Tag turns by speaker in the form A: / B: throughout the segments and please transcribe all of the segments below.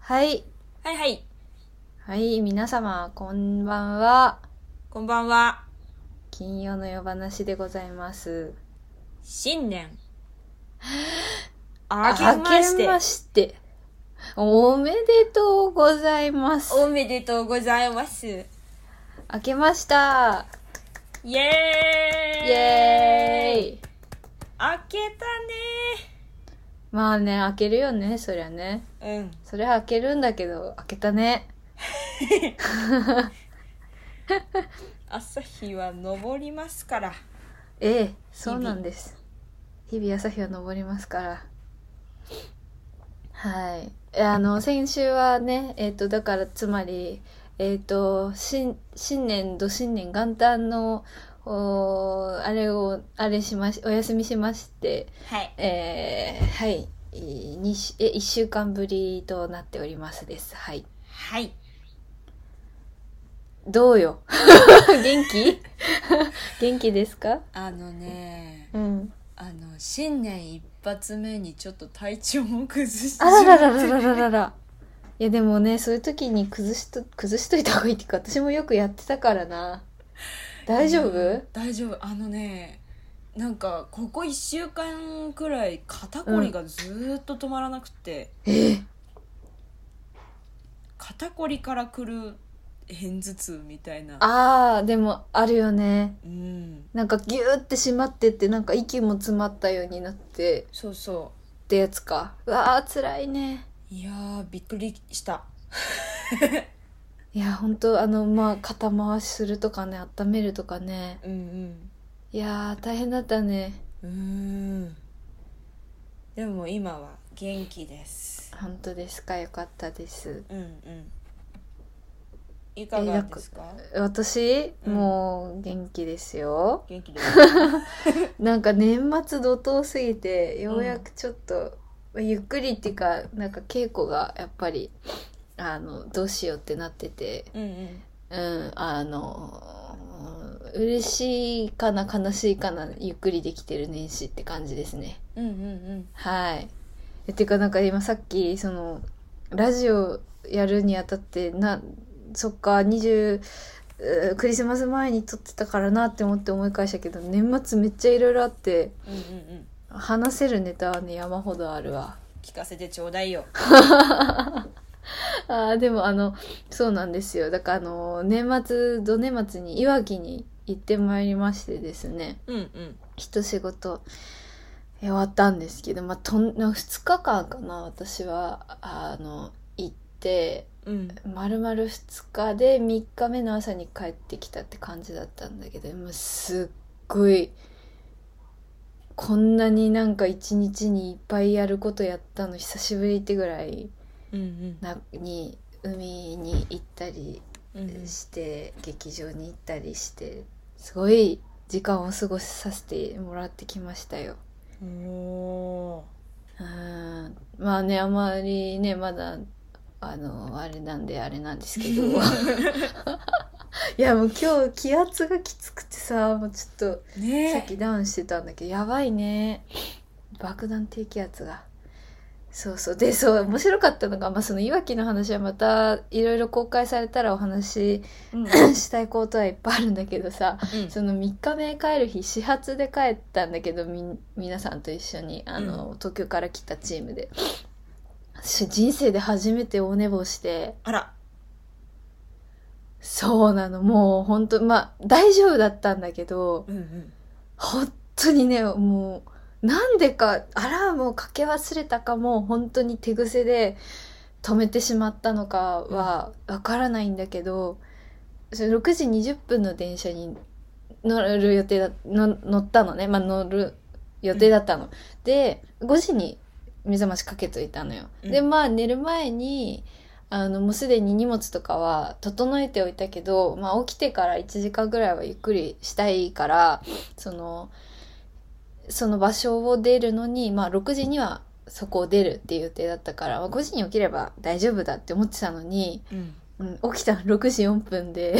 A: はい。
B: はいはい。
A: はい、皆様、こんばんは。
B: こんばんは。
A: 金曜の夜話でございます。
B: 新年。明けまし
A: 明
B: て
A: けましておめでとうございます。
B: おめでとうございます。イ
A: 明けました。
B: ェーイイ
A: イエーイ。
B: 明け
A: まあね、開けるよね、そりゃね。
B: たねうん。
A: それは開けるんだけど、開けたね。
B: 朝日は昇りますから。
A: ええ、そうなんです。日々朝日は昇りますから。はい。えあの、先週はね、えっ、と、だから、つまり、えっ、と、新、新年度、新年、元旦の、おーあれを、あれしまし、お休みしまして、
B: はい。
A: えー、はい。にしえ1週間ぶりとなっておりますです。はい。
B: はい。
A: どうよ 元気 元気ですか
B: あのね、
A: うん。
B: あの、新年一発目にちょっと体調も崩してし
A: あら
B: ま
A: ら
B: って
A: らららららら。いやでもね、そういう時に崩しと、崩しといた方がいいっていうか、私もよくやってたからな。大丈夫、
B: うん大丈夫あのねなんかここ1週間くらい肩こりがずーっと止まらなくて、
A: ええ
B: 肩こりからくる片頭痛みたいな
A: あー、でもあるよね。
B: うん
A: なんかギューって締まってって、なんか息も詰まったようになって
B: そうそ
A: ってやつか。うわー、辛いね。
B: ういやーびっくりした
A: いや、ほんと、あの、まあ、肩回しするとかね、温めるとかね。
B: うん
A: いやー、大変だったね。
B: うんうーんでも今は元気です
A: ほんとですか、よかったです。
B: うんうんいかがですか
A: 私、
B: うん
A: もう、元気ですよ。
B: 元 気ですか
A: なんか年末怒涛すぎてようやくちょっと、まあゆっくりっていうかなんか稽古がやっぱりあのどうしようってなってて
B: うんうん
A: うんあの嬉しいかな悲しいかなゆっくりできてる年始って感じですね
B: うんうん
A: はいえていうかなんか今さっきそのラジオやるにあたってなそっか20うークリスマス前に撮ってたからなって思って思い返したけど年末めっちゃいろいろあって
B: うんうんうんうん
A: 話せるネタはね山ほどあるわ
B: 聞かせてちょうだいよ
A: あーでもあのそうなんですよだからあの年末土年末にいわきに行ってまいりましてですね
B: うんうん
A: 一仕事え終わったんですけど、まあ、とん2日間かな私はあの行って
B: うん
A: 丸々2日で3日目の朝に帰ってきたって感じだったんだけどもうすっごいこんなになんか一日にいっぱいやることやったの久しぶりってぐらい
B: うん
A: なに海に行ったり
B: うんうん
A: して、劇場に行ったりしてすごい時間を過ごさせてもらってきましたよ。
B: お
A: うんまあねあまりねまだあのあれなんであれなんですけどい やもう今日気圧がきつくてさもうちょっと
B: ーねえ
A: さっきダウンしてたんだけどやばいね爆弾低気圧がそうそうでそう面白かったのが、まあ、そのいわきの話はまたいろいろ公開されたらお話し
B: うんうん
A: したいことはいっぱいあるんだけどさその3日目帰る日始発で帰ったんだけどみ皆さんと一緒にあの、東京から来たチームで私人生で初めて大寝坊して
B: あら
A: そうなのもう本当まあ大丈夫だったんだけど
B: うんうん
A: 本当にねもうなんでかアラームをかけ忘れたかも本当に手癖で止めてしまったのかはわからないんだけどその6時20分の電車に乗る予定だの乗ったのね、まあ、乗る予定だったの。で5時に目覚ましかけといたのよ。
B: うん
A: でまあ寝る前にあのもうすでに荷物とかは整えておいたけど、まあ、起きてから1時間ぐらいはゆっくりしたいからそのその場所を出るのに、まあ、6時にはそこを出るっていう予定だったから、まあ5時に起きれば大丈夫だって思ってたのに、
B: うん
A: うん、起きたの6時4分で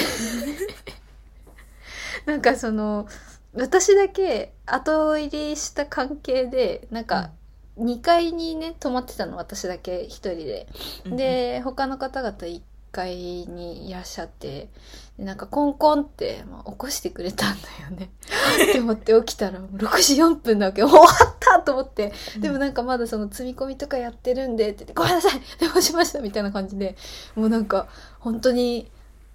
A: なんかその私だけ後入りした関係でなんか、 2階にね泊まってたの私だけ一人でで他の方々1階にいらっしゃってでなんかコンコンって、まあ、起こしてくれたんだよねって思って起きたらもう6時4分だわけ終わったと思って
B: うん
A: でもなんかまだその積み込みとかやってるんでって言って「ごめんなさい電話しました」みたいな感じでもうなんか本当に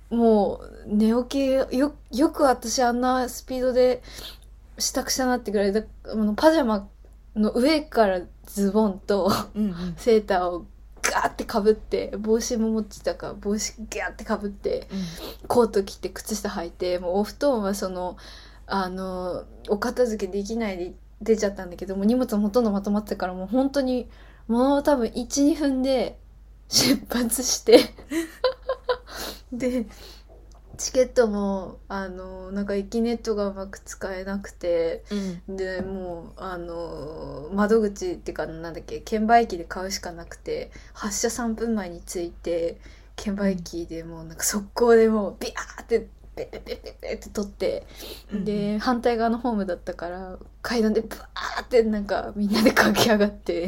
A: もう寝起きよよく私あんなスピードで支度したなってぐらいだあのパジャマの上からズボンと
B: うんうん
A: セーターをガーってかぶって帽子も持ってたから帽子ギャーってかぶってコート着て靴下履いてもうお布団はそのあのお片付けできないで出ちゃったんだけどもう荷物もほとんどまとまってたからもう本当にもう多分12分で出発して でチケットもあのなんか駅ネットがうまく使えなくて
B: うん
A: でもうあの窓口っていうかなんだっけ券売機で買うしかなくて発車3分前に着いて券売機でもうなんか速攻でもうビャーってペペペペペって取って、
B: うん
A: で反対側のホームだったから階段でブワーってなんかみんなで駆け上がって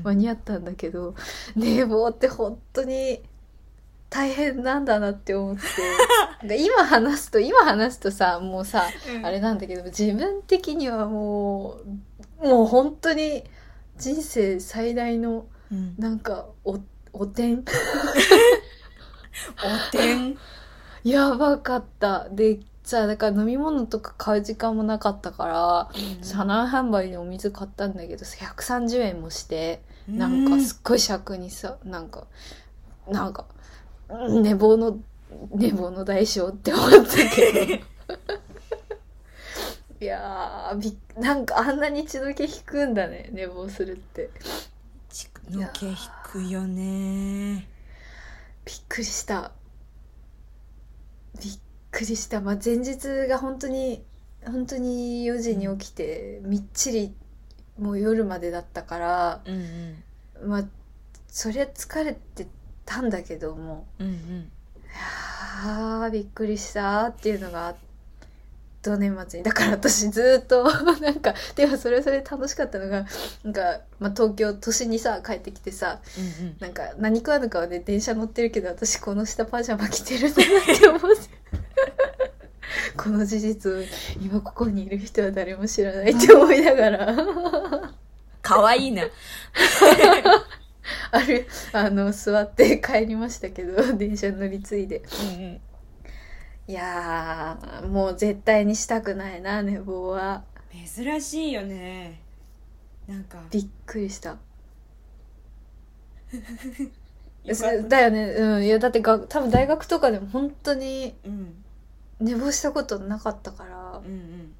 B: うん
A: 間に合ったんだけど寝坊って本当に大変なんだなって思って なんか今話すと今話すとさもうさ
B: うん
A: あれなんだけど自分的にはもうもう本当に人生最大の
B: うん
A: なんかおお点
B: おてん
A: やばかったでさだから飲み物とか買う時間もなかったから車内販売でお水買ったんだけどさ130円もしてなんかすっごい尺にさなんかなんかうん寝坊の寝坊の代償って思ったけ どいやーびっなんかあんなに血の気引くんだね寝坊するって
B: ちの毛引くよね
A: びっくりしたびっくりした、まあ、前日が本当に本当に4時に起きてみっちりもう夜までだったから
B: うんうん
A: まあそりゃ疲れてたんだけども
B: うんうん
A: あーびっくりしたっていうのが同年末にだから私ずっとなんかでもそれはそれで楽しかったのがなんか、まあ、東京都心にさ帰ってきてさ
B: うん
A: なんか何食わぬ顔で電車乗ってるけど私この下パジャマ着てるんだなって思ってこの事実を今ここにいる人は誰も知らないって思いながら
B: かわいいな
A: あれあの座って帰りましたけど電車乗り継いで。
B: うんうん
A: いやーもう絶対にしたくないな寝坊は
B: 珍しいよねなんか
A: びっくりした
B: よかっ
A: だよねうんいやだってが多分大学とかでも本当に
B: たうん
A: 寝坊したことなかったから
B: うんうん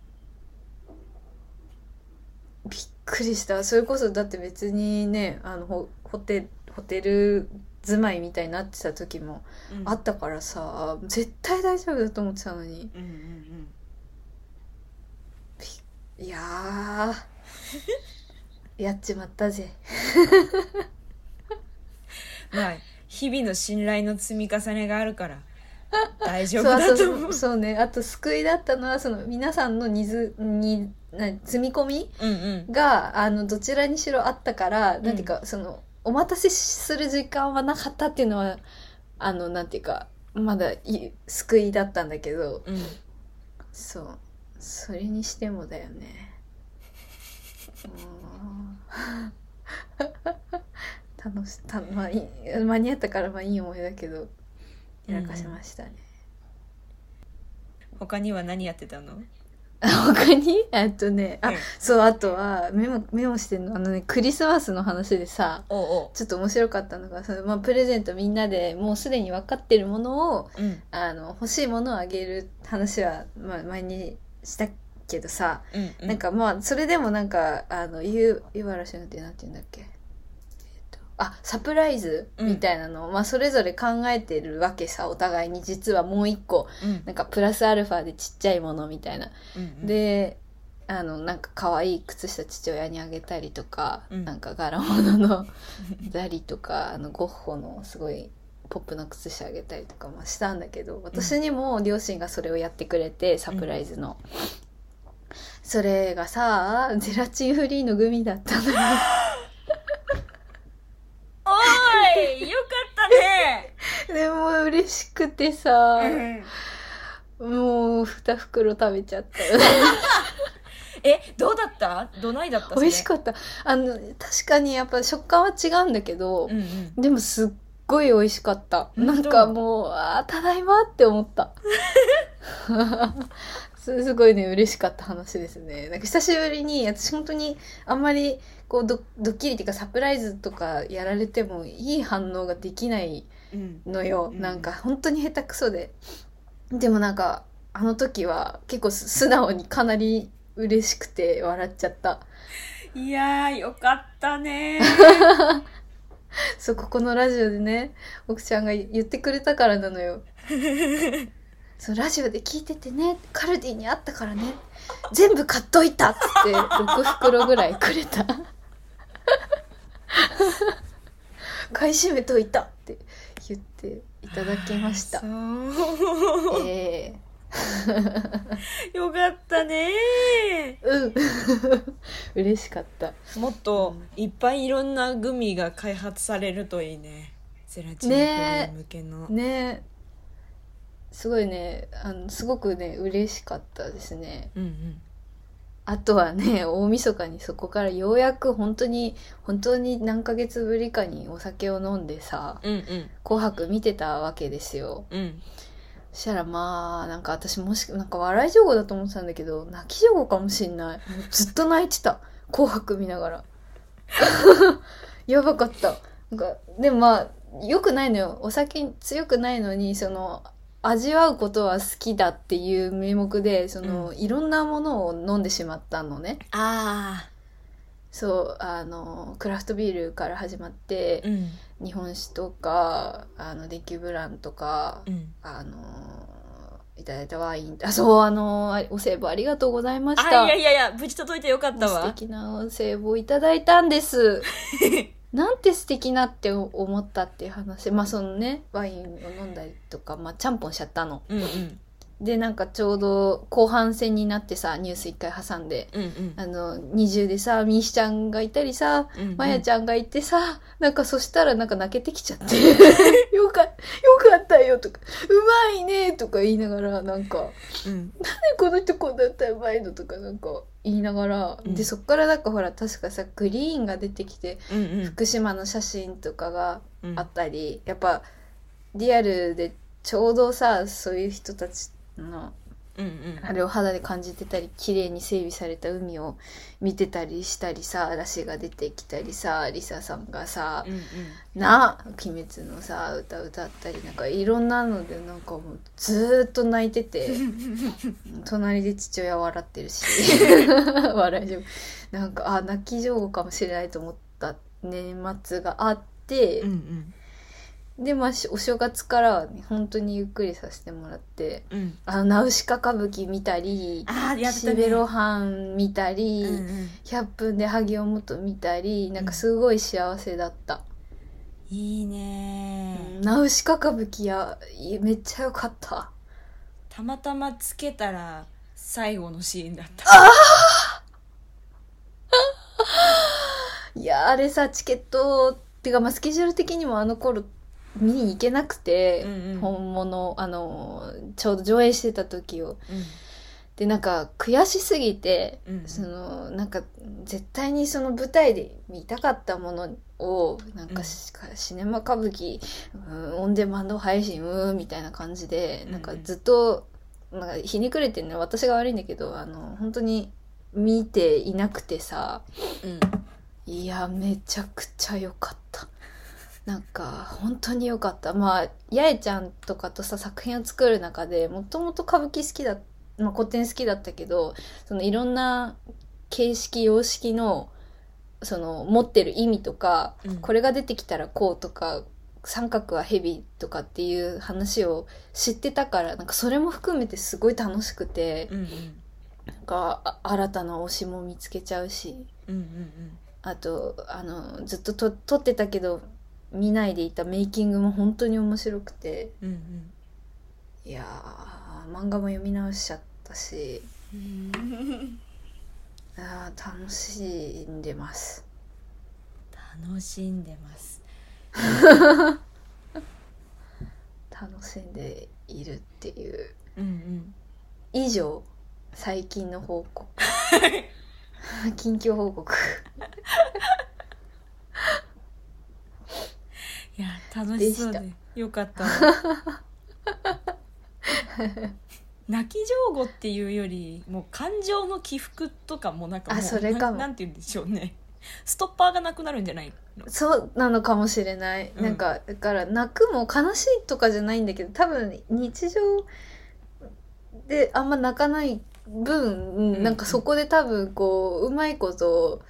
A: びっくりしたそれこそだって別にねあのホホテホテル住まいみたいになってた時も
B: うん
A: あったからさ絶対大丈夫だと思ってたのに
B: うんうんうん
A: いや ーやっちまったぜ
B: まあ日々の信頼の積み重ねがある から大丈夫
A: そう
B: だと
A: そ
B: 思う
A: うそうねあと救いだったのはその皆さんのにずにな積み込み
B: うんうん
A: があのどちらにしろあったから、
B: ん
A: なんていうかそのお待たせする時間はなかったっていうのはあのなんていうかまだい救いだったんだけど
B: うん
A: そうそれにしてもだよね。うーん楽した、まあ、いい間に合ったからまあいい思いだけどやらかしましたね。
B: 他には何やってたの
A: 他にえっとねあ、
B: うん
A: そうあとはメモメモしてんのあのねクリスマスの話でさ
B: おうお
A: ちょっと面白かったのがその、まあ、プレゼントみんなでもうすでに分かってるものを
B: ううん
A: あの欲しいものをあげる話は、まあ、前にしたけどさ、
B: うんう
A: なんかまあそれでもなんかあのゆ湯原俊ってなんて言うんだっけ、えっとあサプライズみたいなのを、まあ、それぞれ考えてるわけさお互いに実はもう一個
B: うん
A: なんかプラスアルファでちっちゃいものみたいな
B: うん
A: であのなんか可愛い靴下父親にあげたりとか、
B: うん
A: なんか柄物のザリとかあのゴッホのすごいポップな靴下あげたりとかもしたんだけど私にも両親がそれをやってくれてサプライズの、 それがさゼラチンフリーのグミだったのよ
B: よか
A: でも嬉しくてさ
B: っ、た ね、
A: もう2袋食べちゃったよ。
B: えどうだったどないだった
A: 美味し
B: か
A: かった。あの、確かにやっぱ食感は違うんだけど
B: う、んうん
A: でもすっごい美味しかった。
B: 本当
A: なんかもう、ああ、ただいまって思った。 すすごいね、嬉しかった話ですね。なんか久しぶりに、私本当にあんまりこうドドッキリっていうかサプライズとかやられてもいい反応ができない
B: うん
A: のよ。
B: うん
A: なんか本当に下手くそで。でもなんか、あの時は結構す素直にかなり嬉しくて笑っちゃった。
B: いやーよかった ね
A: そう、ここのラジオでね、奥ちゃんが言ってくれたからなのよ。そう、ラジオで聞いててね、カルディにあったからね、全部買っといたっつって、6袋ぐらいくれた。買い占めといたって言っていただきました
B: そ。う
A: え
B: よかったね
A: えうん。 嬉しかった。
B: もっといっぱいいろんなグミが開発されるといいねゼラチンクリーム向けの、
A: ねすごいね、あの、すごくね、嬉しかったですね。
B: うんうん
A: あとはね、 大晦日にそこからようやく本当に、本当に何ヶ月ぶりかにお酒を飲んでさ、
B: うんうん
A: 紅白見てたわけですよ。
B: うん
A: そしたらまあ、なんか私もし、なんか笑い情報だと思ってたんだけど、泣き情報かもしんない。もうずっと泣いてた。紅白見ながら。 やばかった。なんか、でもまあ、良くないのよ。お酒強くないのに、その、味わうことは好きだっていう名目で、その、
B: う
A: いろんなものを飲んでしまったのね。
B: あ
A: そうあのクラフトビールから始まっ
B: あう
A: て、
B: ん
A: 日本酒とかあのデキュブランとか、
B: うん
A: あのいただいたワインあそうあのあお歳暮ありがとうございまし
B: あ
A: た
B: いやいやいや無事届いてよかった
A: 素
B: わ
A: 敵なお歳暮をいただいたんです なんて素敵なって思ったっていう話まあそのねワインを飲んだりとかまあちゃんぽんしちゃったの
B: うんうん
A: でなんかちょうど後半戦になってさニュース一回挟んで
B: うんうん
A: あの20でさみーしちゃんがいたりさ
B: うんうん
A: まやちゃんがいてさ、なんかそしたらなんか泣けてきちゃって、 よか、よかったよとか、うまいねとか言いながら、なんか、
B: うん
A: 何この人こんな歌うまいのとかなんか言いながら、
B: うん
A: で、そっからなんかほら、確かさ、グリーンが出てきて、
B: うんうん
A: 福島の写真とかが
B: うん
A: あったり、やっぱ、リアルでちょうどさ、そういう人たちの、
B: うんうん
A: あれを肌で感じてたり綺麗に整備された海を見てたりしたりさ嵐が出てきたりさリサさんがさ
B: うんうん
A: 「な鬼滅」のさ歌歌ったりなんかいろんなのでなんかもうずーっと泣いて て隣で父親笑ってるし 笑い上なんかあ泣き上手かもしれないと思った年末があって、
B: うんうん
A: でまあしお正月からはね本当にゆっくりさせてもらって。
B: うん
A: あのナウシカ歌舞伎見たり、
B: ああやった
A: 岸
B: ね
A: 辺露伴見たり、
B: うんうん
A: 100分で萩尾元見たりなんかすごい幸せだった、
B: いいね
A: うんナウシカ歌舞伎やいめっちゃ良かった
B: たまたまつけたら最後のシーンだった
A: いやあれさチケットっていうか、まあ、スケジュール的にもあの頃見に行けなくて、
B: うんうん
A: 本物あのちょうど上映してた時をでなんか悔しすぎて、
B: うん
A: そのなんか絶対にその舞台で見たかったものをなん
B: う
A: か
B: ん
A: し、シネマ歌舞伎、うん、オンデマンド配信うんみたいな感じで
B: うん
A: なんかずっとなんかひねくれてるの私が悪いんだけどあの本当に見ていなくてさ
B: うんうん
A: いやめちゃくちゃ良かった。なんか本当に良かったまあ八重ちゃんとかとさ作品を作る中でもともと歌舞伎好きだ、まあ、古典好きだったけどそのいろんな形式様式のその持ってる意味とか、
B: うん
A: これが出てきたらこうとか三角は蛇とかっていう話を知ってたからなんかそれも含めてすごい楽しくて、
B: うん
A: なんかあ新たな推しも見つけちゃうし
B: うんうん
A: あとあのずっとと撮ってたけど見ないでいたメイキングも本当に面白くて
B: うんうん
A: いやー漫画も読み直しちゃったし
B: うん
A: あー楽しんでます。
B: 楽しんでます
A: 楽しんでいるっていう
B: うんうん
A: 以上最近の報告近況報告
B: いや楽しそうで
A: で
B: よかったわ泣き上戸っていうよりもう感情の起伏とかもなんかもう
A: あそれかも
B: ななんて言うんでしょうねストッパーがなくなるんじゃないの
A: そうなのかもしれない、
B: うん
A: なんかだから泣くも悲しいとかじゃないんだけど多分日常であんま泣かない分、うん
B: うん
A: なんかそこで多分こううまいこと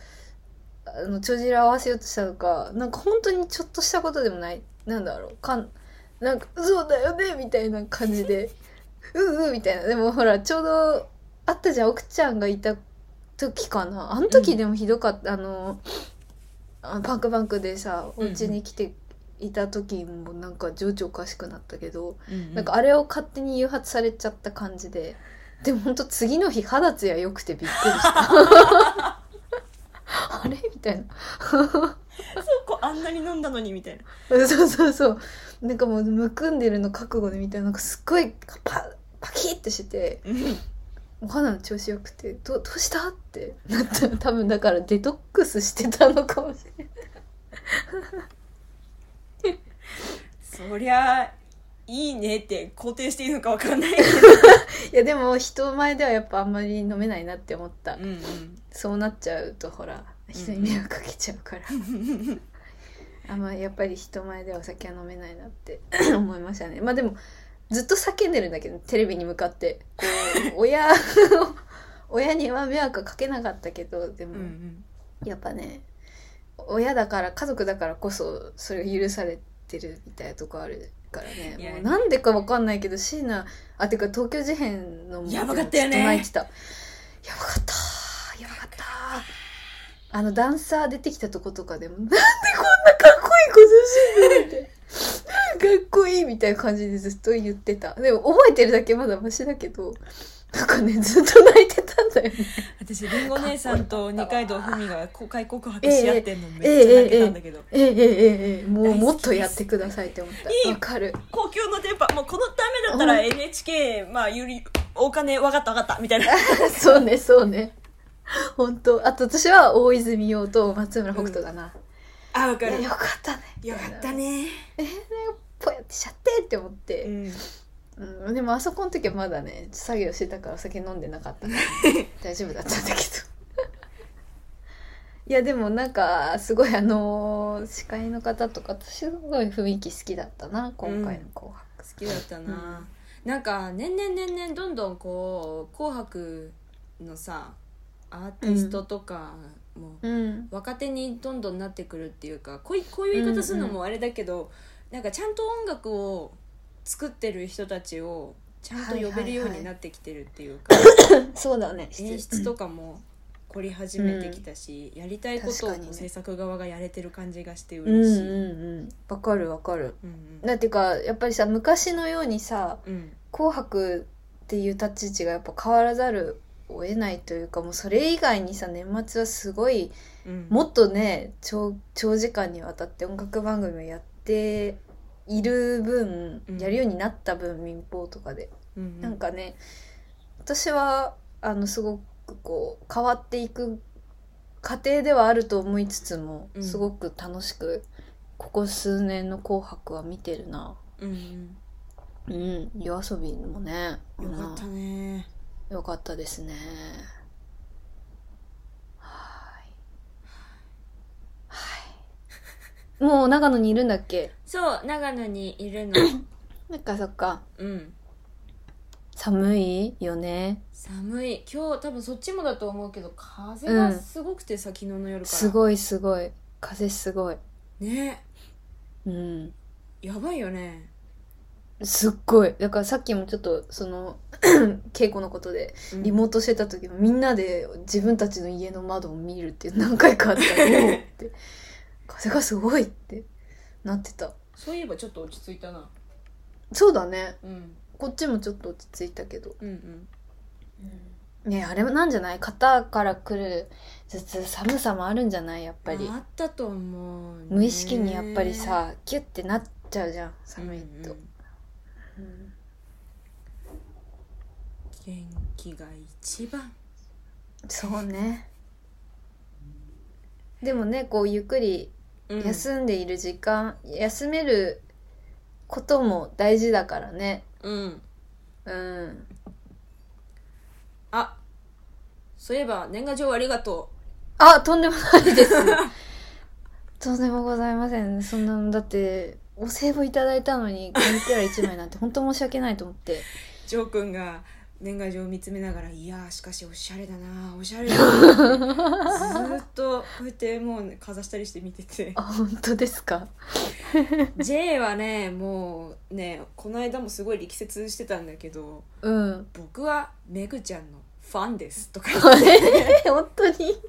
A: あの帳尻を合わせようとしたのかなんか本当にちょっとしたことでもないなんだろうかんなんか「そうだよね」みたいな感じで「うんうん」みたいなでもほらちょうどあったじゃん奥ちゃんがいた時かなあの
B: う
A: 時
B: ん
A: でもひどかった、あのあパンクバンクでさ
B: う
A: お
B: んうん
A: 家に来ていた時もなんか情緒おかしくなったけど、
B: うん
A: なんかあれを勝手に誘発されちゃった感じででもほんと次の日肌ツヤ良くてびっくりした あれみたいな
B: そうこうあんなに飲んだのにみたいな
A: そうそうそうなんかもうむくんでるの覚悟でみたいななんかすっごいパパキッてしてお肌の調子良くてどどうしたって なった多分だからデトックスしてたのかもしれない
B: そりゃあいいねって肯定していいのかわかんないけ
A: いやでも人前ではやっぱあんまり飲めないなって思った、
B: どうん
A: そうなっちゃうとほら人に迷惑かけちゃうから、
B: うん
A: あんまやっぱり人前ではお酒は飲めないなって 思いましたねまあでもずっと叫んでるんだけどテレビに向かってこう親 親には迷惑かけなかったけどでも、
B: うんうん
A: やっぱね親だから家族だからこそそれが許されてるみたいなとこあるから
B: い
A: ね
B: や
A: もうなんでかわかんないけど椎名あてか東京事変のも
B: やばかったよね
A: ずと泣いてたやばかったやばかったあのダンサー出てきたとことかでも なんでこんなかっこいい子写真でってかっこいいみたいな感じでずっと言ってたでも覚えてるだけまだマシだけどなんかねずっと泣いてたんだよね
B: 私りんご姉さんと二階堂ふみが公開告白し合ってんのめっちゃ泣けたんだけど
A: ええええええもう
B: 大好きです
A: もっとやってくださいって思った
B: いい
A: わかる
B: 公共の電波もうこのためだったら
A: うん
B: NHK まあよりお金わかったわかったみたいな
A: そうねそうね本当あと私は大泉洋と松村北斗だな、
B: あわか
A: いや
B: る
A: よかったね
B: よかったね
A: ぽやってしちゃってって思って、
B: うん
A: うん、でもあそこの時はまだね作業してたからお酒飲んでなかった から大丈夫だったんだけど いやでもなんかすごいあのー司会の方とか私すごい雰囲気好きだったな今回の「紅白」
B: 好きだったな、なんか年々年々どんどんこう「紅白」のさアーティストとかも
A: うん
B: 若手にどんどんなってくるっていうかこういこういう言い方するのもあれだけど、なんかちゃんと音楽を作ってる人たちをちゃんと呼べるようになってきてるっていうか、
A: そうだね
B: 演出とかも凝り始めてきたし、やりたいことを
A: 確かにね
B: 制作側がやれてる感じがして
A: うん
B: 嬉しい。
A: うんうんわかるわかる
B: うんうん
A: だっていうかやっぱりさ昔のようにさ
B: うん
A: 「紅白」っていう立ち位置がやっぱ変わらざるを得ないというかもうそれ以外にさ年末はすごい
B: うん
A: もっとね長長時間にわたって音楽番組をやっている分
B: うん
A: やるようになった分、民放とかで、
B: うんうん
A: なんかね私はあのすごくこう変わっていく過程ではあると思いつつも、
B: うん
A: すごく楽しくここ数年の「紅白」は見てるな。
B: うん
A: う
B: うん
A: ん、夜遊びもね、
B: よかったね。
A: うんよかったですね。はーい。はい。もう長野にいるんだっけ
B: そう、長野にいるの。
A: そっかそっか。
B: うん。
A: 寒いよね。
B: 寒い。今日多分そっちもだと思うけど、風がすごくてさ、昨日の夜から。
A: すごいすごい。風すごい。
B: ね。
A: うん。
B: やばいよね。
A: すっごい。だからさっきもちょっと、その、 稽古のことで、
B: うん
A: リモートしてた時もみんなで自分たちの家の窓を見るっていう何回かあったよ。おー って。風がすごいってなってた。
B: そういえばちょっと落ち着いたな。
A: そうだね。
B: うん。
A: こっちもちょっと落ち着いたけど。
B: うんうん。
A: うねあれもなんじゃない肩から来る頭痛寒さもあるんじゃないやっぱり
B: あったと思うね、
A: 無意識にやっぱりさキュッてなっちゃうじゃん寒いと、
B: うんうん
A: うん
B: 元気が一番
A: そうねでもねこうゆっくり
B: うん
A: 休んでいる時間、休めることも大事だからね
B: うん
A: うん
B: あそういえば年賀状ありがと
A: あとんでもない ですとんでもございませんそんなだってお歳暮いただいたのに紙くらい1枚なんて本当申し訳ないと思って
B: うジョー君が年賀状を見つめながら「いやーしかしおしゃれだなおしゃれだな」ずーっとこうやってもうかざしたりして見てて
A: あ本当ですか
B: J はねもうねこの間もすごい力説してたんだけど
A: うん
B: 「僕はめぐちゃんのファンです」 とか言って
A: えー本当に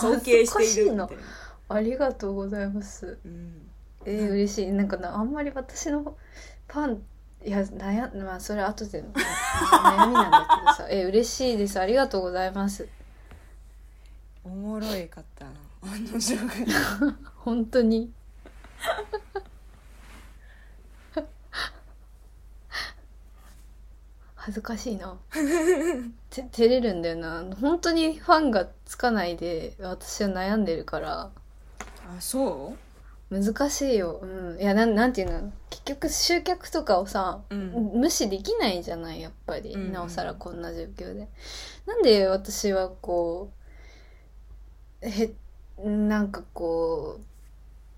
B: 尊敬しているみたい
A: 恥
B: な。
A: ありがとうございます
B: うん
A: えー、嬉しいなんかなあんまり私のパンいや悩んまあそれは後での悩みなんだけどさえー、嬉しいですありがとうございます
B: おもろいかったなあのジョー君
A: 本当に恥ずかしいなて照れるんだよな本当にファンがつかないで私は悩んでるから
B: あそ
A: 難しいよ、うん、いやなんなんていうの結局集客とかをさ
B: う、うん、
A: 無視できないじゃないやっぱり、
B: うんうん
A: なおさらこんな状況でなんで私はこうへなんかこ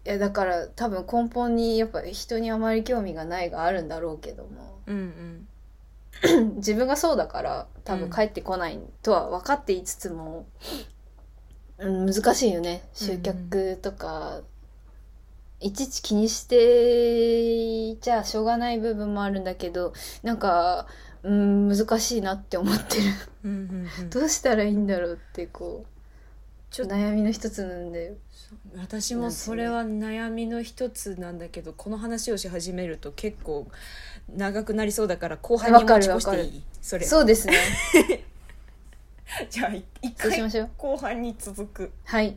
A: ういやだから多分根本にやっぱ人にあまり興味がないがあるんだろうけども
B: うんうん
A: 自分がそうだから多分帰ってこないとは分かっていつつも、うん、難しいよね集客とか、いちいち気にしていちゃしょうがない部分もあるんだけどなんか、うん、難しいなって思って る
B: うんうんうん
A: どうしたらいいんだろうってこ
B: ち
A: う
B: ょっと
A: 悩みの一つなんだよ
B: 私もそれは悩みの一つなんだけどこの話をし始めると結構長くなりそうだから後半に
A: わか
B: 持
A: る
B: ち越してい
A: わ
B: いそれ
A: そう ですね
B: じゃあい一
A: そうしま
B: 回
A: しょう
B: 後半に続く
A: はい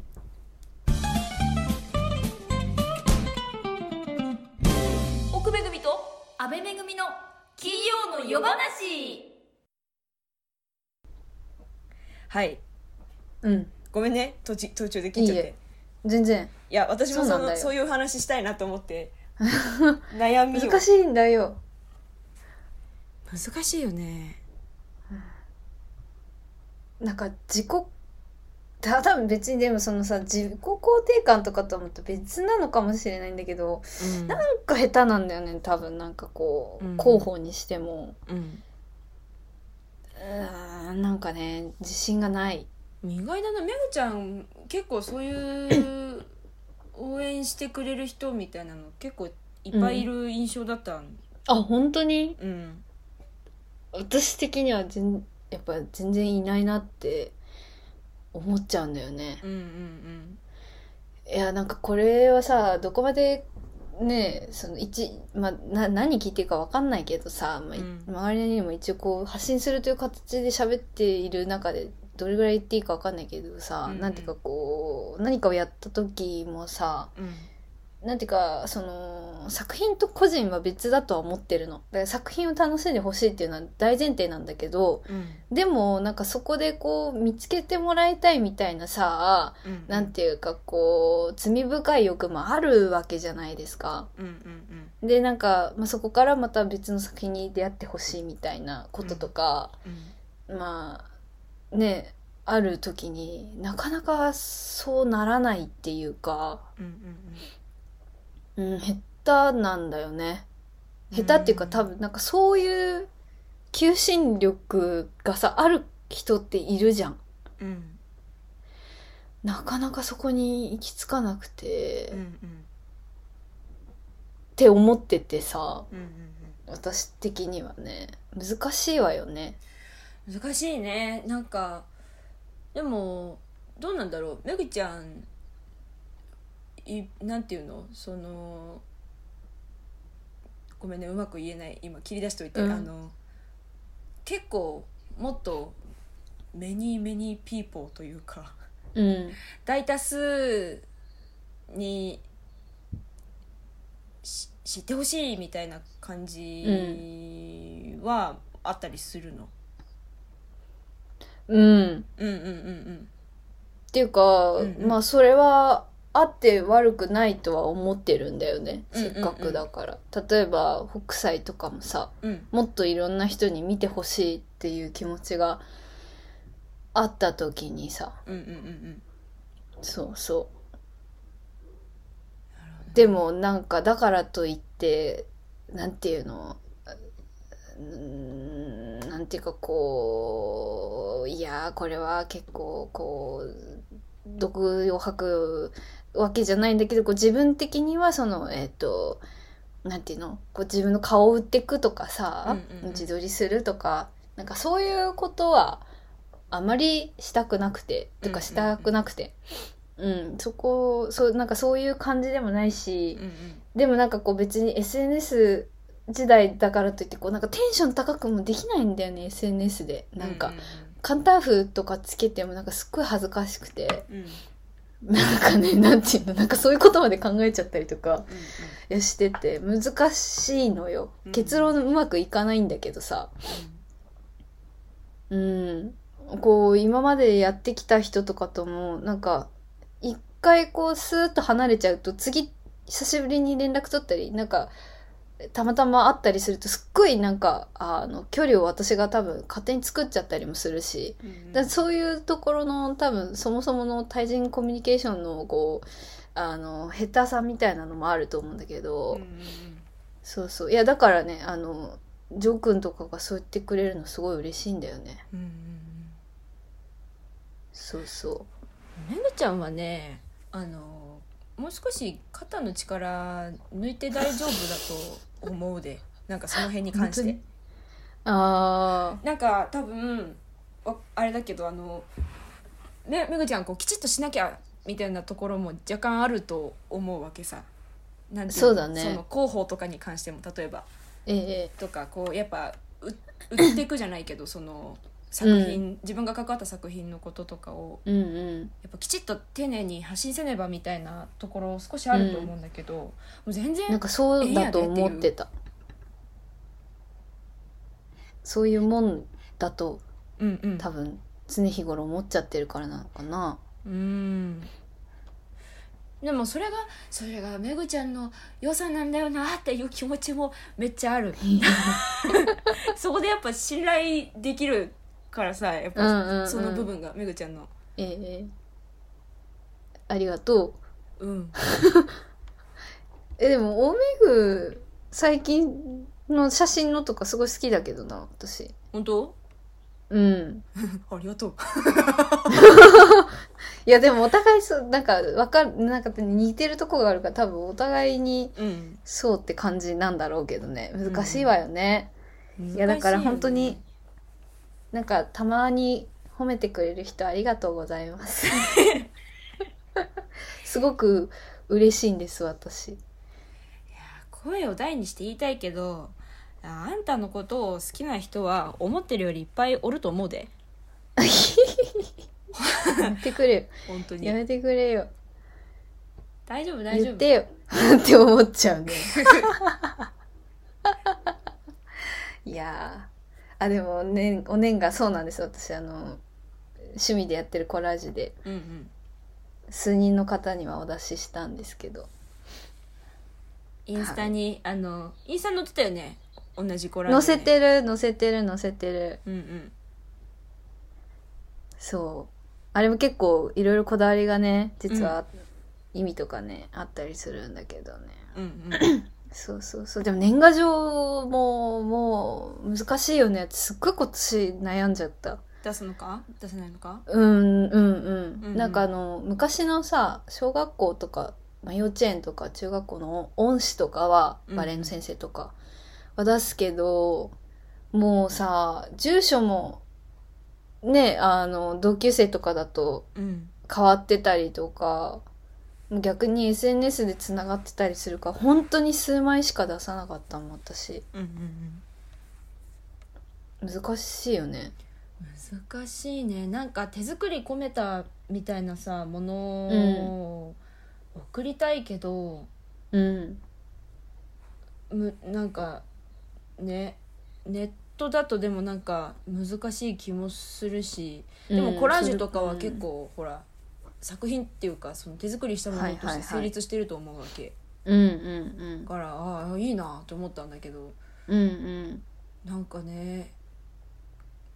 C: 奥めぐみと安倍めぐみの金曜の夜話
B: はい
A: うん
B: ごめんね途中途中で切っちゃってい
A: いいえ全然
B: いや私
A: そ
B: も
A: うな
B: そ
A: ん
B: の
A: だ
B: そう
A: よ
B: いう話したいなと思って 悩みを
A: 難しいんだよ
B: 難しいよね
A: なんか自己た多分別にでもそのさ自己肯定感とかとはまた別なのかもしれないんだけどなんか下手なんだよね多分なんかこう、
B: うん
A: 広報にしても
B: うん、うん、
A: うーんなんかね自信がない
B: 意外だなめぐちゃん結構そういう応援してくれる人みたいなの結構いっぱいいる印象だった
A: あ本当に
B: うん
A: 私的には全やっぱ全然いないなって思っちゃうんだよね
B: うんうん
A: いやなんかこれはさどこまでねその一、まあ、な何聞いてるかわかんないけどさ、まあい
B: うん
A: 周りにも一応こう発信するという形で喋っている中でどれぐらい言っていいかわかんないけどさ、
B: うんうん
A: なんていうかこう何かをやった時もさ
B: うん
A: なんていうかその作品と個人は別だとは思ってるの。だから作品を楽しんでほしいっていうのは大前提なんだけど
B: うん
A: でもなんかそこでこう見つけてもらいたいみたいなさ
B: うん
A: なんていうかこう罪深い欲もあるわけじゃないですか。
B: うんうん
A: でなんか、まあ、そこからまた別の作品に出会ってほしいみたいなこととか、
B: う
A: まあねある時になかなかそうならないっていうか、
B: んうんうん
A: うん、下手なんだよね。下手っていうか多分なんかそういう求心力がさある人っているじゃん。
B: うん
A: なかなかそこに行き着かなくて。
B: うんうん
A: って思っててさ
B: うん
A: 私的にはね難しいわよね
B: うん難しいねなんかでもどうなんだろうめぐちゃんいなんていうのそのごめんねうまく言えない今切り出しといて、
A: うん
B: あの結構もっとメニーメニーピーポーというか
A: うん
B: 大多数にし知ってほしいみたいな感じはあったりするの。
A: うん
B: うんうんうんうん。
A: っていうか、
B: うんうん
A: まあそれはあって悪くないとは思ってるんだよね、
B: うんうんうん
A: せっかくだから例えば北斎とかもさ
B: うん
A: もっといろんな人に見てほしいっていう気持ちがあった時にさ
B: うんうんうんうん。
A: そうそうでもなんかだからといってなんていうのうーんなんていうかこういやーこれは結構こう毒を吐くわけじゃないんだけどこう自分的にはそのえっ、となんていうのこう自分の顔を売っていくとかさ、
B: うんうんうん
A: 自撮りするとかなんかそういうことはあまりしたくなくてとかしたくなくて、うんそこそうなんかそういう感じでもないし、
B: うん
A: でもなんかこう別に SNS 時代だからといってこうなんかテンション高くもできないんだよね SNS で
B: うん。
A: なんか、
B: う
A: カンターフとかつけてもなんかすっごい恥ずかしくて
B: うんうん。うんうん
A: なんかねなんていうのなんかそういうことまで考えちゃったりとか
B: うん
A: いやしてて難しいのよ
B: うん
A: 結論うまくいかないんだけどさうんこう今までやってきた人とかともなんか一回こうスーッと離れちゃうと次久しぶりに連絡取ったりなんかたまたま会ったりするとすっごいなんかあの距離を私が多分勝手に作っちゃったりもするし、
B: うんうん。
A: だからそういうところの多分そもそもの対人コミュニケーションのこうあの下手さみたいなのもあると思うんだけど、
B: うんうんうん。
A: そうそういやだからねあのジョー君とかがそう言ってくれるのすごい嬉しいんだよね
B: うんうんうん。
A: そうそ
B: めぐちゃんはねあのもう少し肩の力抜いて大丈夫だと思う でなんかその辺に関し
A: 本当
B: て
A: にうあ
B: なんか多分わあれだけどあのめめぐちゃんこうきちっとしなきゃみたいなところも若干あると思うわけさなんていの
A: そうだね
B: その広報とかに関しても例えば
A: ええ
B: とかこうやっぱう売っていくじゃないけどその作品、自分が関わった作品のこととかを
A: うんうん
B: やっぱきちっと丁寧に発信せねばみたいなところ少しあると思うんだけど、もう全
A: なん
B: 然
A: かそうだと思ってたそういうもんだと
B: うんうん
A: 多分常日頃思っちゃってるからなのかな
B: うんでもそれがそれがめぐちゃんの良さなんだよなっていう気持ちもめっちゃある そこでやっぱ信頼できるからさやっ
A: うんうんう
B: ぱ
A: ん
B: その部分がめぐちゃんの
A: ええありがとう
B: うん
A: えでも大目具最近の写真のとかすごい好きだけどな私
B: 本当
A: うん
B: ありがとう
A: いやでもお互いそうなんかわかるなんか似てるとこがあるから多分お互いに
B: うん
A: そうって感じなんだろうけどね難しいわよね、いやだから本当になんかたまに褒めてくれる人ありがとうございます すごく嬉しいんです私
B: 声を大にして言いたいけどああんたのことを好きな人は思ってるよりいっぱいおると思うで
A: やめてくれよ
B: 本当
A: や
B: に
A: めてくれよ
B: 大丈夫大
A: 言っ
B: 丈夫
A: てよ って思っちゃ うねいやーあでもねおねんがそうなんです私あの趣味でやってるコラージュで
B: うんうん
A: 数人の方にはお出ししたんですけど
B: インスタに、あのインスタに載ってたよね同じコラム
A: 載せてる載せてる載せてる
B: うんうん
A: そうあれも結構いろいろこだわりがね実は意味とかね、あったりするんだけどね
B: うんうん
A: そうそうそうでも年賀状ももう難しいよねすっごい今年悩んじゃった
B: 出すのか出せないのか
A: うんうん
B: うん
A: う
B: うんん
A: なんかあの昔のさ小学校とか、まあ、幼稚園とか中学校の恩師とかは
B: うん
A: バレエの先生とかは出すけど、もうさ住所もねあの同級生とかだと
B: うん
A: 変わってたりとか逆に SNS でつながってたりするから本当に数枚しか出さなかったもん私
B: うんうんうん
A: 難しいよね
B: 難しいねなんか手作り込めたみたいなさものを送りたいけど、
A: うん
B: むなんかねネットだとでもなんか難しい気もするしでもコラージュとかは結、構、ほら作品っていうかその手作りしたものと
A: はい
B: し
A: はい
B: て
A: はい
B: 成立してると思うわけ、
A: うん、うんうん
B: だからああいいなと思ったんだけど
A: うんうん
B: なんかね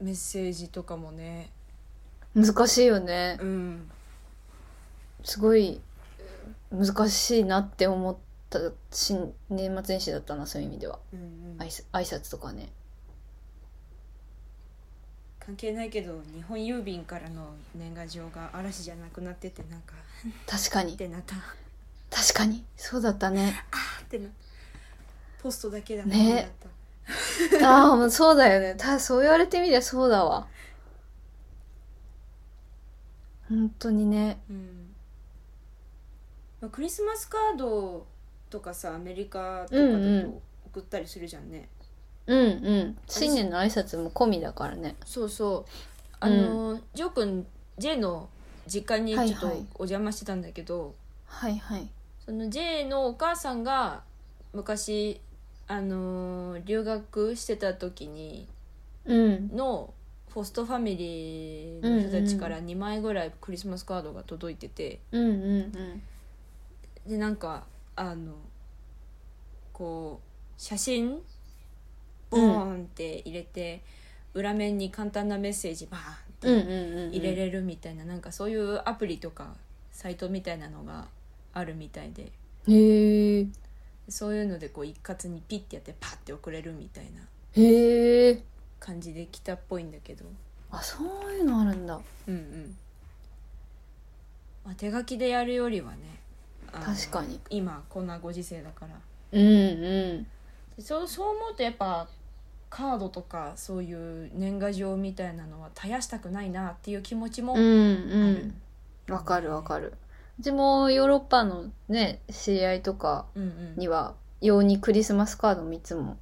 B: メッセージとかもね
A: うん難しいよね
B: うん
A: すごい難しいなって思ったし年末年始だったなそういう意味では
B: うんうん
A: 挨拶挨拶とかね
B: 関係ないけど日本郵便からの年賀状が嵐じゃなくなっててなんか
A: 確か
B: っ
A: に
B: てなった っ
A: 確かにそうだったね
B: てなポストだけだ
A: ね
B: なった
A: ああもうそうだよねただそう言われてみりゃそうだわ本当にね
B: うんまあ、クリスマスカードとかさアメリカとか
A: うんう
B: だ
A: ん
B: と送ったりするじゃんね、
A: うんうん新年の挨拶も込みだからね
B: そうそうあの、ジョー君 J の実家にちょっと
A: は
B: お
A: いはい
B: 邪魔してたんだけど、
A: はいはい
B: その J のお母さんが昔あの留学してた時に
A: うん
B: のホストファミリーの人たちから2枚ぐらいクリスマスカードが届いてて、
A: うんうん
B: でなんかあのこう写真ボーンって入れて、裏面に簡単なメッセージバ
A: うんうん
B: ーンって
A: うんうん
B: 入れれるみたいな、なんかそういうアプリとかサイトみたいなのがあるみたいで
A: へえ
B: そういうのでこう一括にピッてやってパッて送れるみたいな
A: へえ
B: 感じで来たっぽいんだけど。
A: あそういうのあるんだ
B: うんうん、まあ、手書きでやるよりはねあの
A: 確かに
B: 今こんなご時世だから
A: うんうん
B: でそうそう思うとやっぱカードとかそういう年賀状みたいなのは絶やしたくないなっていう気持ちもあ
A: うん
B: る、
A: うんわかるわかるうちもヨーロッパのね知り合いとか
B: うんうん
A: には用にクリスマスカードもいつも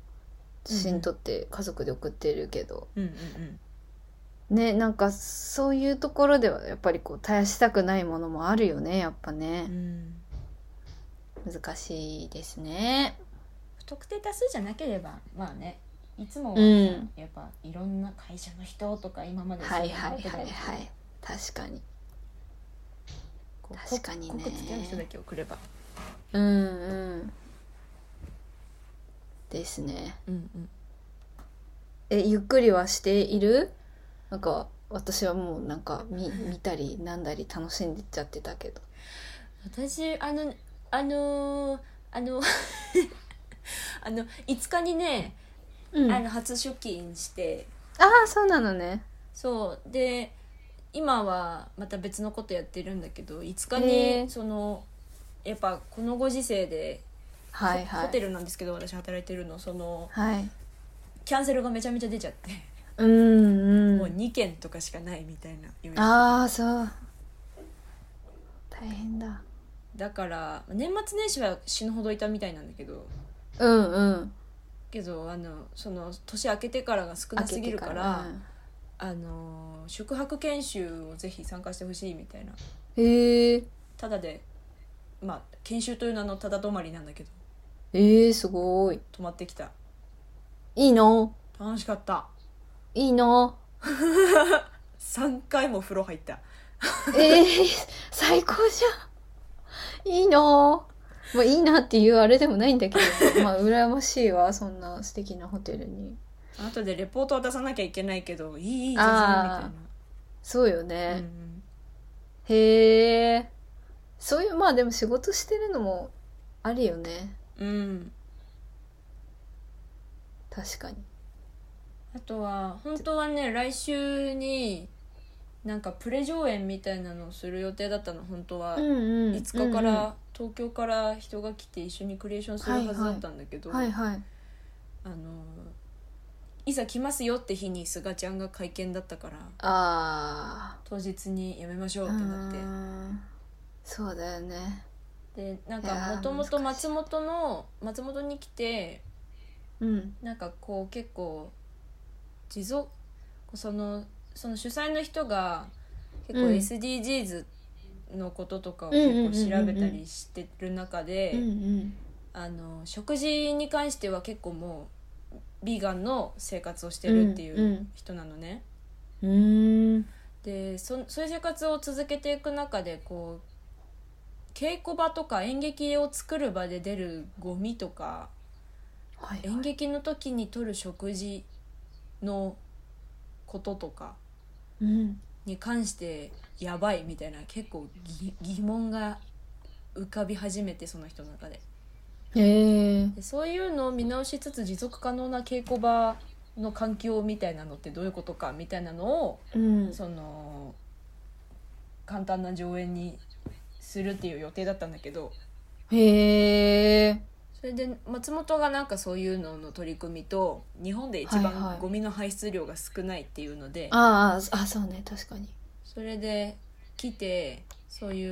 A: 写真撮って家族で送ってるけど、
B: うんうんうん
A: ねなんかそういうところではやっぱりこう絶やしたくないものもあるよねやっぱ
B: う
A: ね、
B: ん
A: 難しいですね
B: 不特定多数じゃなければまあねいつもは
A: うん
B: やっぱいろんな会社の人とか今まで
A: はいはい
B: そううの
A: はい
B: 持ってた
A: は
B: り
A: い確かに
B: こう
A: 確かにね
B: 濃く付き合う人だけ送れば
A: うんうんですね
B: うんうん
A: えゆっくりはしているなんか私はもうなんか見見たりなんだり楽しんでっちゃってたけど
B: 私あのあのー あのあの5日にね、
A: うん
B: あ
A: あ
B: の初出勤して
A: あそうなのね
B: そうで今はまた別のことやってるんだけど5日に、
A: へー
B: そのやっぱこのご時世で、
A: はい
B: ホ
A: は
B: ホテ
A: い
B: ルなんですけど私働いてるのその
A: はい
B: キャンセルがめちゃめちゃ出ちゃって、
A: うん
B: も
A: う
B: うん2件とかしかないみたいな予約
A: ああそう大変だ
B: だから年末年始は死ぬほどいたみたいなんだけど
A: うんうん
B: けどあのその年明けてからが少なすぎるからあのー宿泊研修をぜひ参加してほしいみたいな
A: へえー、
B: ただでまあ研修という名のただ泊まりなんだけど
A: えー、すごい
B: 泊まってきた
A: いいの
B: 楽しかった
A: いいの
B: 3回も風呂入った
A: えー、最高じゃんいいのまあいいなっていうあれでもないんだけ どまあ羨ましいわそんな素敵なホテルに
B: 後でレポートは出さなきゃいけないけどいいいい全然みたい
A: あそうよ
B: な、うんう
A: ね、
B: ん、
A: へえそういうまあでも仕事してるのもあるよね
B: うん、
A: 確かに
B: あとは本当はね来週になんかプレ上演みたいなのをする予定だったの本当は、
A: うんうん
B: 5日か
A: うんうん
B: ら東京から人が来て一緒にクリエーションするはずだったんだけど、
A: はいはい
B: あのいざ来ますよって日にすがちゃんが会見だったから
A: あ
B: 当日にやめまし
A: あ
B: ょうってなって
A: そうだよね
B: でなん
A: いや
B: か
A: ー
B: もともと
A: 難しい
B: 松本の松本に来て
A: うん
B: なんかこう結構持続そのその主催の人が結構
A: うん
B: SDGs のこととかを結構調べたりしてる中で、
A: うんうん
B: あの食事に関しては結構もうビーガンの生活をしてるってい
A: ん
B: うう人なのね。
A: うんうん
B: でそそういう生活を続けていく中でこう稽古場とか演劇を作る場で出るゴミとか
A: はい
B: 演劇の時に取る食事のこととか
A: うん
B: に関してやばいみたいな結構ぎ疑問が浮かび始めてその人の中で
A: へえ
B: でそういうのを見直しつつ持続可能な稽古場の環境みたいなのってどういうことかみたいなのを
A: うん
B: その簡単な上演にするっていう予定だったんだけど
A: へえ
B: それで松本がなんかそういうのの取り組みと日本で一
A: はいは
B: 番
A: い
B: ゴミの排出量が少ないっていうので、
A: あああそうね確かに
B: それで来てそうい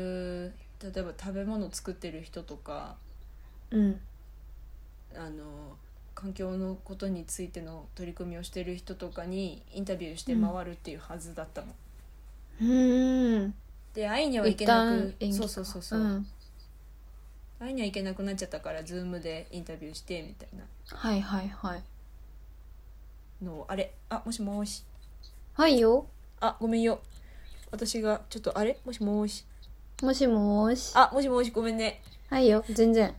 B: う例えば食べ物作ってる人とか
A: うん
B: あの環境のことについての取り組みをしてる人とかにインタビューして回るっていうはずだったの。
A: うん
B: で会いには行
A: 一
B: けな
A: 旦演
B: く
A: 技
B: そう
A: か
B: そうそうそう、
A: ん
B: 会いには行けなくなっちゃったからズームでインタビューしてみたいな
A: はいはいはい
B: のをあれあもしもし
A: はいよ
B: あごめんよ私がちょっとあれもしもし
A: もしもーし
B: あもしもしごめんね
A: はいよ全然
B: っ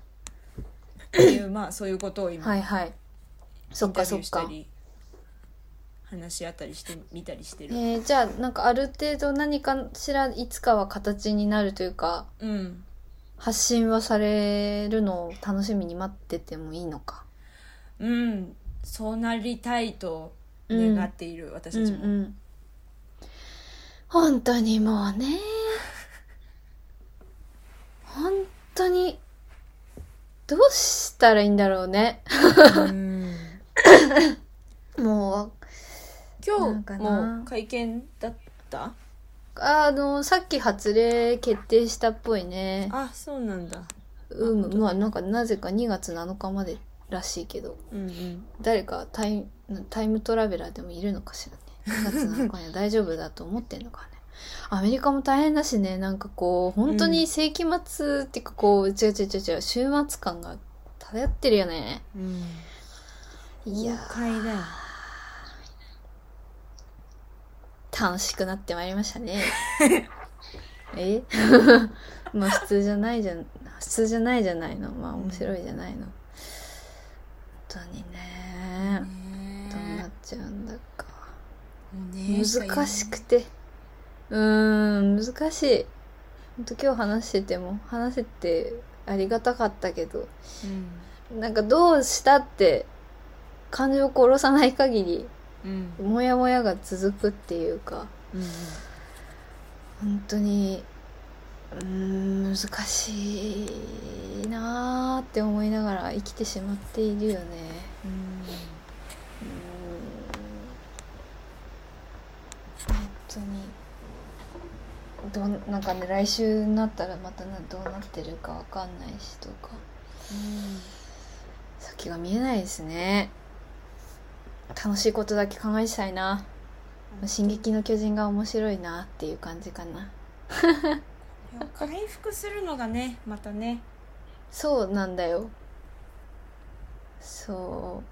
B: ていうまあそういうことを今
A: はいはいそ
B: イ
A: っ
B: ンタ
A: か
B: ビュ
A: そ
B: ー
A: っ
B: した
A: か
B: り話し合ったりしてみたりして
A: え
B: る、
A: ー、じゃあなんかある程度何かしらいつかは形になるというか
B: うん
A: 発信はされるのを楽しみに待っててもいいのか
B: うんそうなりたいと願っている、私たちも、
A: うんうん本当にもうね 本当にどうしたらいいんだろうね
B: うん
A: もうなん
B: 今
A: か
B: 日
A: な
B: もう会見だった
A: あのさっき発令決定したっぽいね
B: あそうなんだ
A: うむまあなんかなぜか2月7日までらしいけど
B: うんうん
A: 誰かタイタイムトラベラーでもいるのかしらね2月7日には 大丈夫だと思ってんのかねアメリカも大変だしねなんかこう本当に世紀末っていうかこう、違う違う違う違う週末感が漂ってるよね
B: うん
A: いや
B: 快だよ
A: ー楽しくなってまいりましたねえ まあ普通じゃないじゃん普通じゃないじゃないのまあ面白いじゃないの本当にねどうなっちゃうんだか難しくてうーん難しいほんと今日話してても話せてありがたかったけどなんかどうしたって感情を殺さない限り
B: うん
A: モヤモヤが続くっていうか
B: うん
A: 本当にうーん難しいなーって思いながら生きてしまっているよね
B: う
A: うー
B: ん
A: ん本当にどんなんかね来週になったらまたなどうなってるかわかんないしとか先が見えないですね楽しいことだけ考えてたいな「進撃の巨人」が面白いなっていう感じかな
B: うんいや回復するのがねまたね
A: そうなんだよそ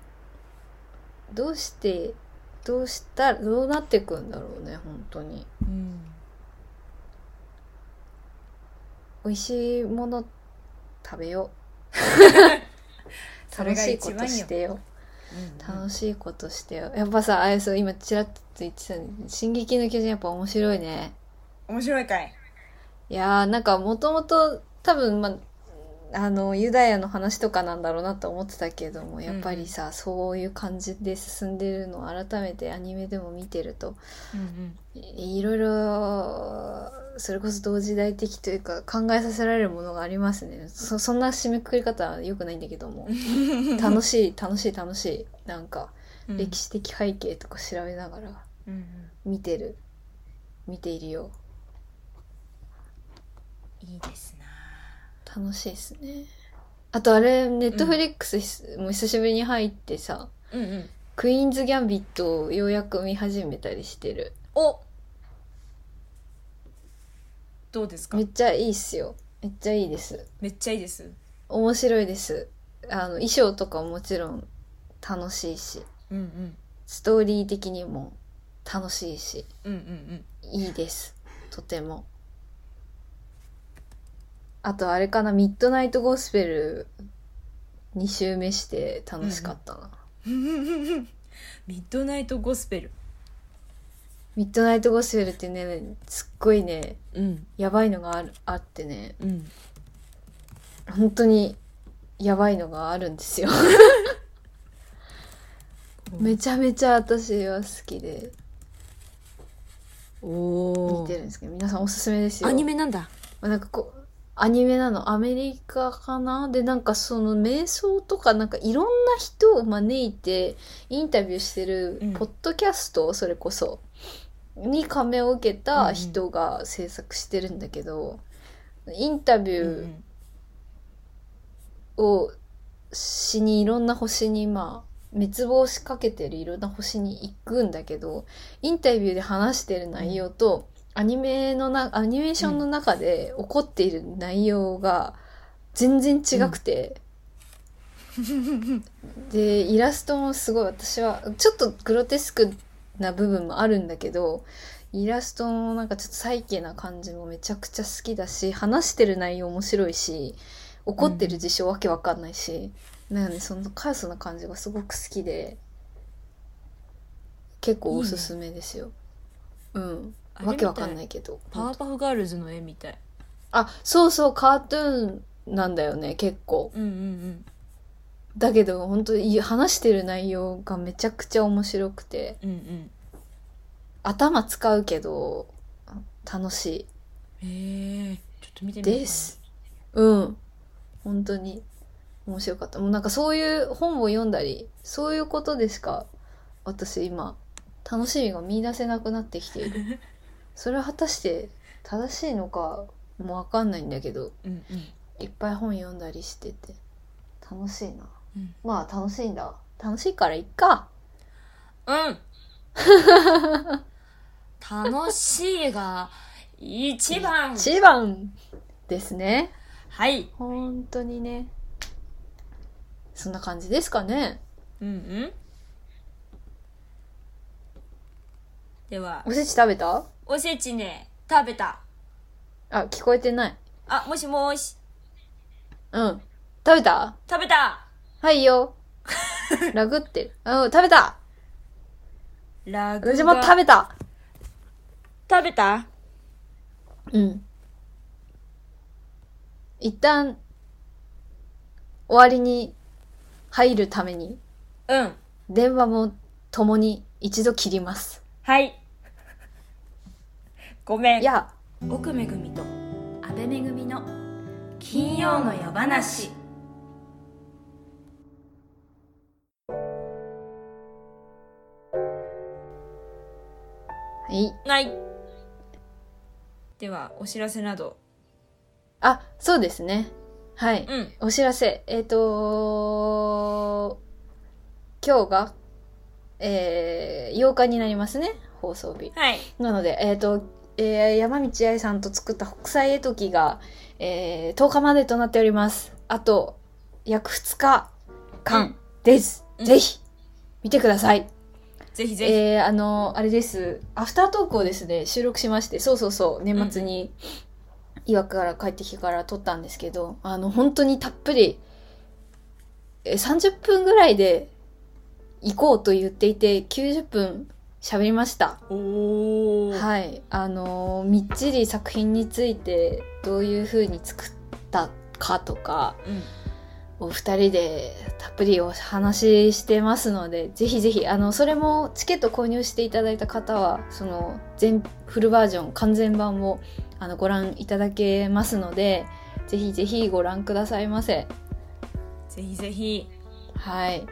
A: うどうしてどうしたどうなってくんだろうね本当に
B: うん
A: 美味しいもの食べよう
B: それ
A: 楽
B: が
A: しいこ
B: 一番よ
A: としてよ楽
B: 楽し
A: しいことしてよやっぱさあれそう今ちらっと言ってた「進撃の巨人」やっぱ面白いね
B: 面白いかい
A: いやーなんかもともと多分まあのユダヤの話とかなんだろうなと思ってたけどもやっぱりさ、そういう感じで進んでるのを改めてアニメでも見てると
B: うん
A: いいろいろそれこそ同時代的というか考えさせられるものがありますねそそんな締めくくり方は良くないんだけど も楽しい楽しい楽しいなんか
B: うん
A: 歴史的背景とか調べながら
B: うんうん
A: 見てる見ているよ
B: いいですな
A: 楽しいですねあとあれネットフリックスもう久しぶりに入ってさ、
B: うんうん
A: クイーンズ・ギャンビットをようやく見始めたりしてる
B: おどうですか
A: めっちゃいいっすよめっちゃいいです
B: めっちゃいいです
A: 面白いですあの衣装とかももちろん楽しいし
B: うんうん
A: ストーリー的にも楽しいし
B: うんうんうん
A: いいですとてもあとあれかなミッドナイトゴスペル2周目して楽しかったな、
B: ミッドナイトゴスペル
A: ミッドナイトゴスペルってねすっごいね
B: うん
A: やばいのがあるあってね
B: うん
A: 本当にやばいのがあるんですよ めちゃめちゃ私は好きで
B: お
A: 見
B: お
A: てるんですけど皆さんおすすめですよ
B: アニメなんだ
A: まあなんかこうアニメなのアメリカかなでなんかその瞑想とかなんかいろんな人を招いてインタビューしてる
B: うん
A: ポッドキャスト、それこそに感銘を受けた人が制作してるんだけど、インタビ
B: う
A: ューをしにいろんな星にまあ滅亡しかけてるいろんな星に行くんだけどインタビューで話してる内容と、アニメのなアニメーションの中で起こっている内容が全然違くて、でイラストもすごい私はちょっとグロテスクな部分もあるんだけどイラストのなんかちょっとサイケな感じもめちゃくちゃ好きだし話してる内容面白いし怒ってる事象わけわかんないし、なのでそのカオスな感じがすごく好きで結構おすすめですよ。うん、
B: あれみたい
A: わけわかんないけど
B: パワーパフガールズの絵みたい
A: あそうそうカートゥーンなんだよね結構
B: うんうんうん
A: だけど本当に話してる内容がめちゃくちゃ面白くて
B: うんうん
A: 頭使うけど楽し
B: えー、ちょっと見て
A: い
B: みようかな
A: ですうん本当に面白かったもうなんかそういう本を読んだりそういうことでしか私今楽しみが見出せなくなってきてい るそれは果たして正しいのかもわかんないんだけど
B: うんうん
A: いっぱい本読んだりしてて楽しいな、
B: うん
A: まあ楽しいんだ楽しいからいっか
B: うん楽しいが一番
A: 一番ですね
B: はい
A: 本当にねそんな感じですかね
B: うんうんでは
A: おせち食べた
B: おせちね食べた
A: あ聞こえてない
B: あもしもし
A: うん食べた
B: 食べた
A: はいよラグってるうん食べた
B: ラグが
A: 私も食べた
B: 食べた
A: うん一旦終わりに入るために
B: うん
A: 電話も共に一度切ります。
B: はいごめん
A: いや、
B: 奥めぐみと
C: 阿部めぐみの金曜の夜話
A: はい。
B: ないではお知らせなど
A: あ、そうですね。はい。
B: うん
A: お知らせ。えっ、と今日が、えー、8日になりますね。放送日。
B: はい
A: なので、えっ、と、えー山道愛さんと作った北斎絵解きが、えー10日までとなっております。あと、約2日間です。
B: うん
A: ぜひ、見てください。
B: ぜひぜひ、
A: えー、あのあれですアフタートークをですね収録しましてそうそうそう年末に岩倉から帰ってきてから撮ったんですけどあの本当にたっぷりえー30分ぐらいで行こうと言っていて90分喋りました
B: おお
A: はいあのーみっちり作品についてどういう風に作ったかとか
B: うん
A: お二人でたっぷりお話ししてますのでぜひぜひあのそれもチケット購入していただいた方はその全フルバージョン完全版もあのご覧いただけますのでぜひぜひご覧くださいませ
B: ぜひぜひ
A: はい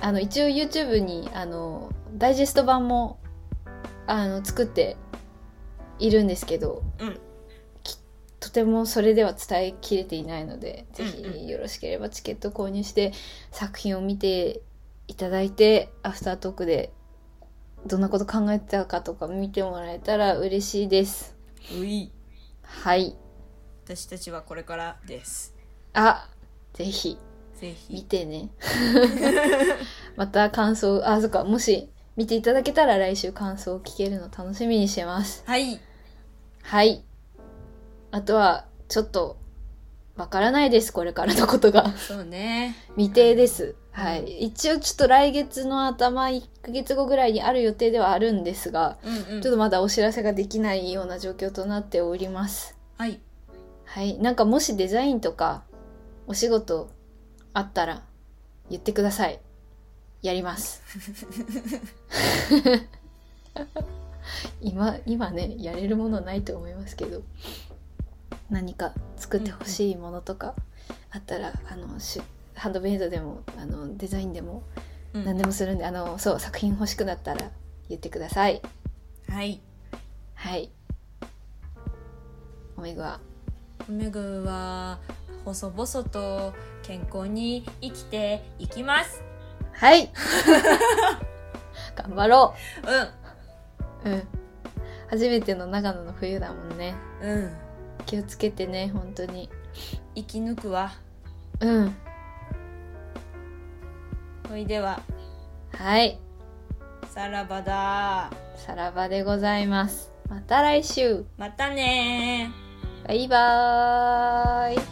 A: あの一応 YouTube にあのダイジェスト版もあの作っているんですけど、
B: うん
A: きとてもそれでは伝えきれていないのでぜ
B: うんうん
A: ひよろしければチケット購入して作品を見ていただいてアフタートークでどんなこと考えてたかとか見てもらえたら嬉しいです。
B: うい
A: はい。
B: 私たちはこれからです
A: あ、ぜひ
B: ぜ
A: 見
B: ひ
A: てね。 また感想、あ、そっか、もし見ていただけたら来週感想を聞けるの楽しみにしてます。
B: はい
A: はい。あとは、ちょっと、わからないです、これからのことが。
B: そうね
A: 未定です。はい。一応ちょっと来月の頭、1ヶ月後ぐらいにある予定ではあるんですが、
B: うんうん
A: ちょっとまだお知らせができないような状況となっております。
B: はい
A: はい。なんかもしデザインとか、お仕事あったら、言ってください。やり ます。今、今ね、やれるものないと思いますけど、何か作ってほしいものとかあったら、あの、しハンドメイドでも、あの、デザインでも、
B: うん
A: 何でもするんで、あの、そう、作品欲しくなったら言ってください。
B: はい
A: はい。おめぐは。
B: めぐは細々と健康に生きていきます
A: はい頑張ろ
B: う
A: ううん。初めての長野の冬だもんね。
B: んうん
A: 気をつけてね、本当に。
B: 生き抜くわ
A: うん。
B: ほいでは
A: はい。
B: さらばだ
A: さらばでございます。また来週
B: またねー
A: バイバーイ